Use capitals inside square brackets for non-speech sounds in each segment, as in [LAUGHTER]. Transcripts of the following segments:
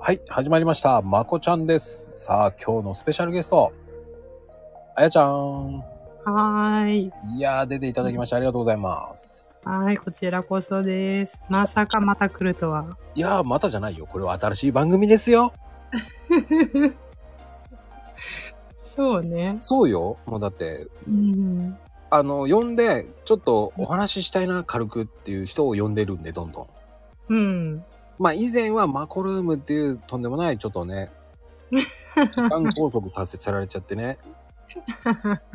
はい、始まりました。まこちゃんです。さあ、今日のスペシャルゲスト、あやちゃん。はーい。いやー、出ていただきましてありがとうございます。はーい、こちらこそです。まさかまた来るとは。いやー、またじゃないよ。これは新しい番組ですよ。そうね。そうよ。もうだって、うん。あの、呼んで、ちょっとお話ししたいな、軽くっていう人を呼んでるんで、どんどん。うん。 [LAUGHS] まあ、以前はマコルームっていうとんでもない、ちょっとね、時間拘束させられちゃってね。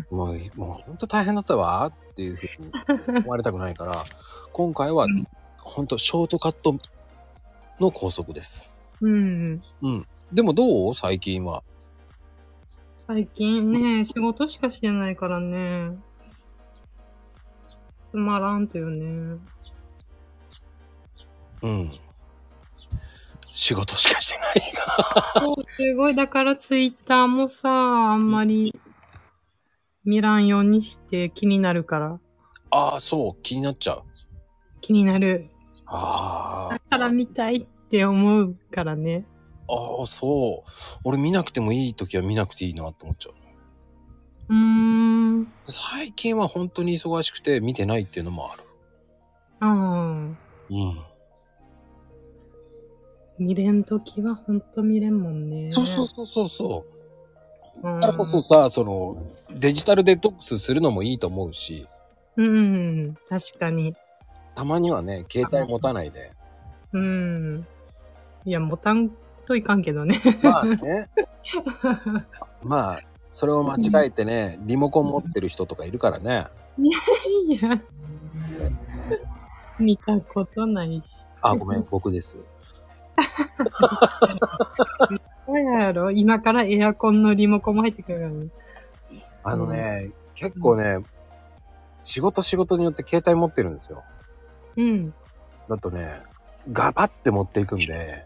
もう、もう本当大変だったわっていうふうに思われたくない [LAUGHS] から、今回はうん本当ショートカットの拘束です。うん。うん。でもどう最近は。最近ね、仕事しかしてないからね。つまらんとよね。うん。仕事しかしてない。そう、すごい。だからツイッターもさ、あんまり見らんようにして気になるから。ああ、そう、気になっちゃう。気になる。ああだ。から見たいって思うからね。ああ、そう。俺見なくてもいい時は見なくていいなって思っちゃう。うーん。最近は本当に忙しくて見てないっていうのもある。ああ。うん。見れんときはほんと見れんもんね。そうそうそうそうそう。うん。だからこそさ、その、デジタルデトックスするのもいいと思うし、うん、確かに。たまにはね、携帯持たないで。うん。いや、ボタンといかんけどね。 [LAUGHS] まあね、まあ、それを間違えてね、リモコン持ってる人とかいるからね。いや。見たことないし。あ、ごめん、僕です。そうやろ今からエアコンのリモコンも入ってくるからね。あのね、結構ね、仕事仕事によって携帯持ってるんですよ。うん。だとね、ガバって持っていくんで、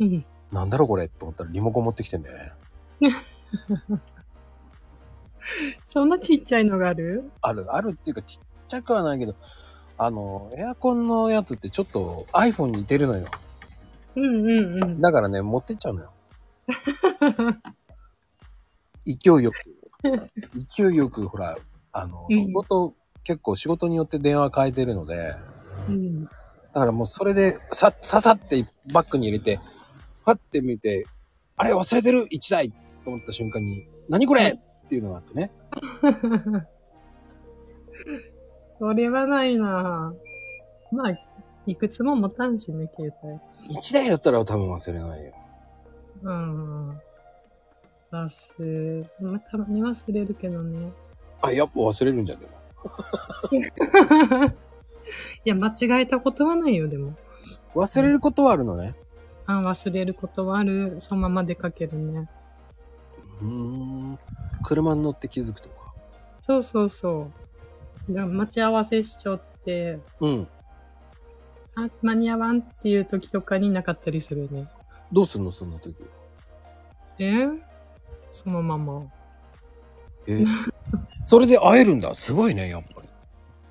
うん。なんだろうこれって思ったらリモコン持ってきてんだよね。そんなちっちゃいのがあるある、あるっていうかちっちゃくはないけど、あの、エアコンのやつってちょっと iPhone に似てるのよ。うんうんうん。だからね、持ってっちゃうのよ。勢いよく。勢いよく、ほら、あの、うん仕事、結構仕事によって電話変えてるので、うん。だからもうそれで、さ、ささってバッグに入れて、パって見て、あれ忘れてる !1 台と思った瞬間に、何これっていうのがあってね。それはないなぁまあ、いくつも持たんしね、携帯。 1台だったら多分忘れないよ。うん。忘す。まあ、たまに忘れるけどね。あ、やっぱ忘れるんじゃねいや、間違えたことはないよ、でも。忘れることはあるのね。あ忘れることはある。そのまま出かけるね。うーん。車に乗って気づくとか。そうそうそう。だから待ち合わせしちゃって、うん。あ、間に合わんっていう時とかになかったりするね。どうすんのそんな時。えそのまま。えそれで会えるんだ。すごいね、やっぱり。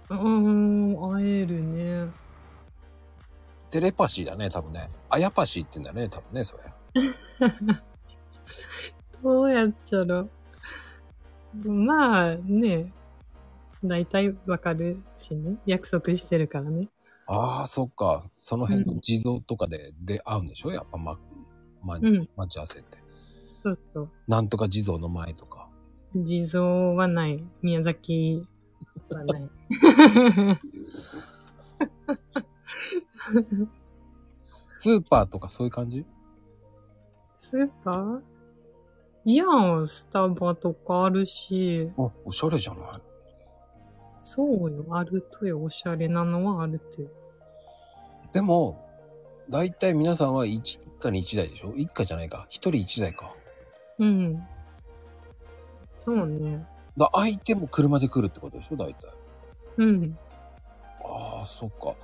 うーん、会えるね。テレパシーだね、多分ね。あやパシーって言うんだね、多分ね、それ。どうやっちゃろう。まあね、大体わかるしね。約束してるからね。ああ、そっか。その辺の地蔵とかで、で会うんでしょやっぱ、ま、ま、うん、待ち合わせって。そうそう。なんとか地蔵の前とか。地蔵はない。宮崎は [LAUGHS] ない。スーパーとかそういう感じスーパーいやん、スタバとかあるし、あ、おしゃれじゃないそうよ、あるとよ、おしゃれなのはあるとよ。でも、だいたい皆さんは一一家に一台でしょ一家じゃないか。一人一台か。うん。そうね。だ相手も車で来るってことでしょ大体。うん。ああ、そっか。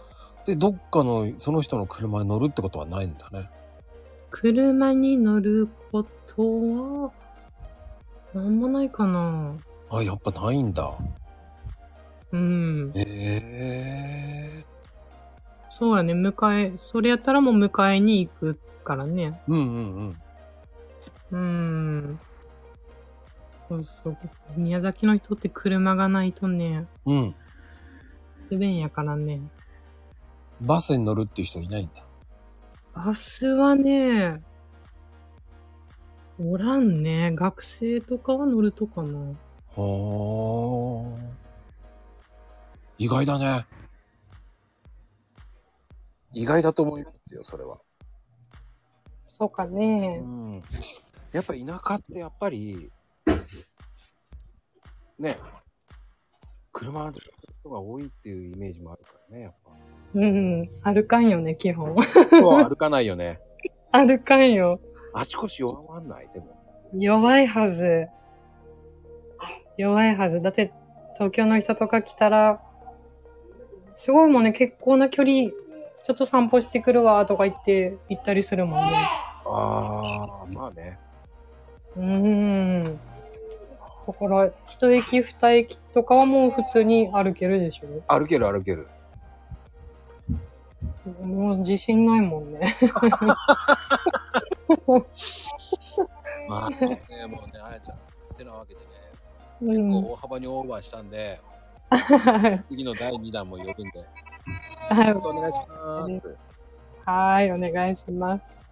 で、どっかの、その人の車に乗るってことはないんだね。車に乗ることは、なんもないかな。あ、やっぱないんだ。うん。へえ。そうやね、迎え、それやったらもう迎えに行くからね。うんうんうん。うーん。そうそう。宮崎の人って車がないとね、うん。不便やからね。バスに乗るっていう人いないんだ。バスはね、おらんね。学生とかは乗るとかな。ほー。意外だね。意外だと思いますよ、それは。そうかねん。やっぱ田舎ってやっぱり、ね、車の人が多いっていうイメージもあるからね、やっ [LAUGHS] ぱ。うん、歩かんよね、基本。 [LAUGHS] そう、歩かないよね。歩かんよ。足腰弱まんないでも。弱いはず。弱いはず。だって、東京の人とか来たら、すごいもんね、結構な距離、ちょっと散歩してくるわ、とか言って、行ったりするもんね。あー、まあね。うーん。だから、一駅、二駅とかはもう普通に歩けるでしょ。歩ける歩ける。もう自信ないもんね。まあ、 [LAUGHS] ね、もうね、あやちゃん、ってなわけでね、うもんう。大幅にオーバーしたん [LAUGHS] で、はい次の第2弾も呼ぶんで、はいお願いします。はい、お願いします。